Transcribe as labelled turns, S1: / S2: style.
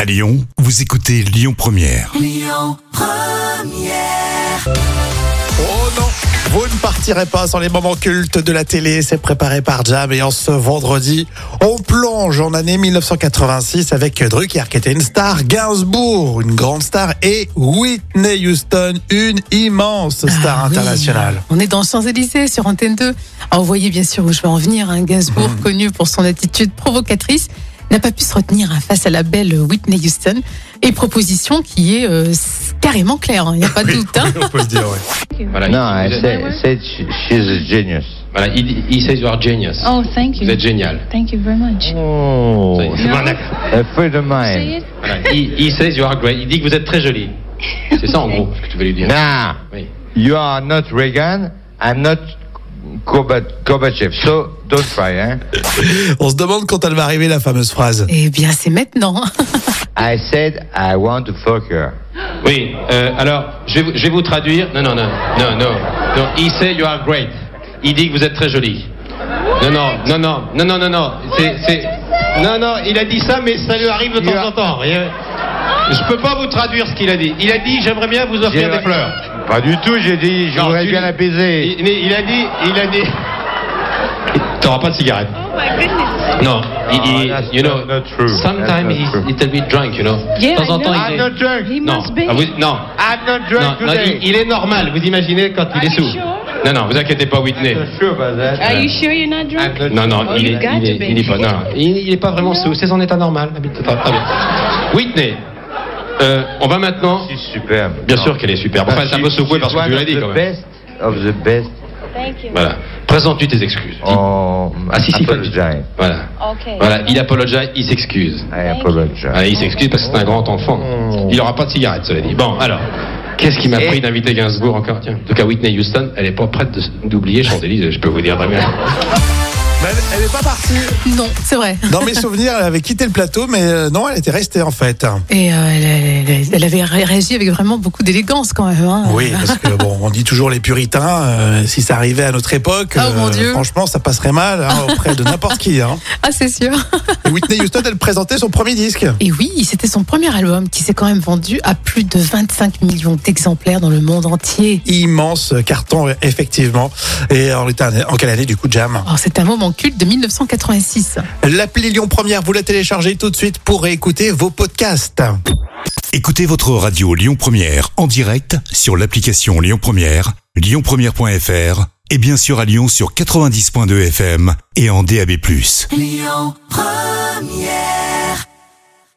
S1: À Lyon, vous écoutez Lyon Première.
S2: Oh non Vous ne partirez pas sans les moments cultes de la télé, c'est préparé par Jam et en ce vendredi, on plonge en année 1986 avec Drucker qui était une star, Gainsbourg, une grande star et Whitney Houston, une immense star
S3: Ah oui.
S2: internationale.
S3: On est dans Champs-Élysées sur Antenne 2. Alors, vous voyez bien sûr où je veux en venir. Hein. Gainsbourg,
S2: Mmh.
S3: connu pour son attitude provocatrice, n'a pas pu se retenir hein, face à la belle Whitney Houston. Et proposition qui est euh, s- carrément claire, il n'y a pas de doute. hein.
S2: on peut le dire, ouais.
S4: Voilà,
S5: No, I
S4: il, vous a-
S5: said, said she, she's a genius.
S4: voilà, il, il says you are genius.
S6: Oh, thank you.
S4: Vous êtes génial.
S6: Thank you very much.
S5: Oh,
S4: C'est- voilà,
S5: a friend of
S6: Say
S5: mine.
S6: it.
S4: voilà, il, il says you are great. Il dit que vous êtes très jolie. C'est ça en gros ce que tu veux lui dire.
S5: Nah,
S4: Oui.
S5: you are not Reagan. I'm not Gorbat- Gorbachev. So don't try, eh?
S2: On se demande quand elle va arriver la fameuse phrase.
S3: Eh bien, c'est maintenant.
S5: I said I want to fuck her.
S4: Oui. euh, alors, je vais, vous- je vais vous traduire. Non, non, non, non, non. Non, il says you are great. Il dit que vous êtes très jolie. Non, non, non, non, non, non, non, non. C'est, c'est- Non, non. Il a dit ça, mais ça lui arrive de
S5: You
S4: temps
S5: are-
S4: en temps. Rien. Je peux pas vous traduire ce qu'il a dit. Il a dit j'aimerais bien vous offrir des fleurs.
S5: Pas du tout. J'ai dit je
S4: Non,
S5: voudrais
S4: tu-
S5: bien la baiser.
S4: Il, il- il a dit, il a dit. T'auras pas de cigarette.
S6: Oh
S4: Non, il, il-
S5: Ah, that's
S4: you know,
S5: not- not true. That's not
S4: sometimes he's
S5: true.
S4: a little bit drunk, you know.
S6: Yeah,
S4: de temps en
S6: I
S4: temps,
S6: know.
S4: il
S5: I'm
S4: est...
S5: not drunk.
S6: He
S4: Non,
S6: must be.
S4: ah, vous- non.
S5: I'm
S4: Non,
S5: not drunk
S4: non,
S5: today.
S4: il, il est normal, vous imaginez quand il
S6: Are
S4: est
S6: you
S4: sous.
S6: sure?
S4: Non, non, vous inquiétez pas, Whitney.
S5: I'm not sure about that.
S6: Are you sure you're not drunk?
S5: I'm
S4: Non,
S5: not
S4: non,
S6: Oh,
S4: il,
S6: you
S4: est,
S6: got
S4: il,
S6: to
S4: est,
S6: be.
S4: il est pas, non, il, il est pas vraiment sous, c'est son état normal. habituel. Ah, bien. Whitney, euh, on va maintenant.
S5: She's superbe.
S4: Bien sûr qu'elle est superbe. Enfin, c'est un peu secoué parce que tu l'as dit quand même.
S5: Best of the best.
S6: Thank you.
S4: Voilà. Présente-tu tes excuses. Dis-
S5: Oh,
S4: Ah si, si,
S5: apologize.
S4: Voilà.
S6: Okay.
S4: Voilà, il apologise, il s'excuse.
S5: I apologize.
S4: Voilà, Ah, il s'excuse parce que c'est un grand enfant. Il n'aura pas de cigarette, cela dit. Bon, alors, qu'est-ce qui m'a pris d'inviter Gainsbourg encore Tiens, en tout cas, Whitney Houston, elle n'est pas prête de- d'oublier Champs-Élysées, je peux vous dire, Damien.
S2: Mais elle- elle n'est pas partie.
S3: non, c'est vrai.
S2: Dans mes souvenirs, elle avait quitté le plateau, mais euh, non, elle était restée en fait.
S3: Et euh, elle, elle- elle avait ré- réagi avec vraiment beaucoup d'élégance quand même. hein.
S2: Oui, parce que bon, on dit toujours les puritains. euh, si ça arrivait à notre époque, euh,
S3: Oh, mon Dieu.
S2: franchement, ça passerait mal hein, auprès de n'importe qui. hein.
S3: Ah, c'est sûr.
S2: Et Whitney Houston, elle présentait son premier disque.
S3: Et oui, c'était son premier album qui s'est quand même vendu à plus de 25 millions d'exemplaires dans le monde entier.
S2: Immense carton, effectivement. Et en, en quelle année, du coup, Jam
S3: Alors, Oh, c'est un moment culte de 1986.
S2: L'appli Lyon Première, vous la téléchargez tout de suite pour réécouter vos podcasts.
S1: Écoutez votre radio Lyon Première en direct sur l'application Lyon Première, lyonpremière.fr et bien sûr à Lyon sur 90.2 FM et en DAB+.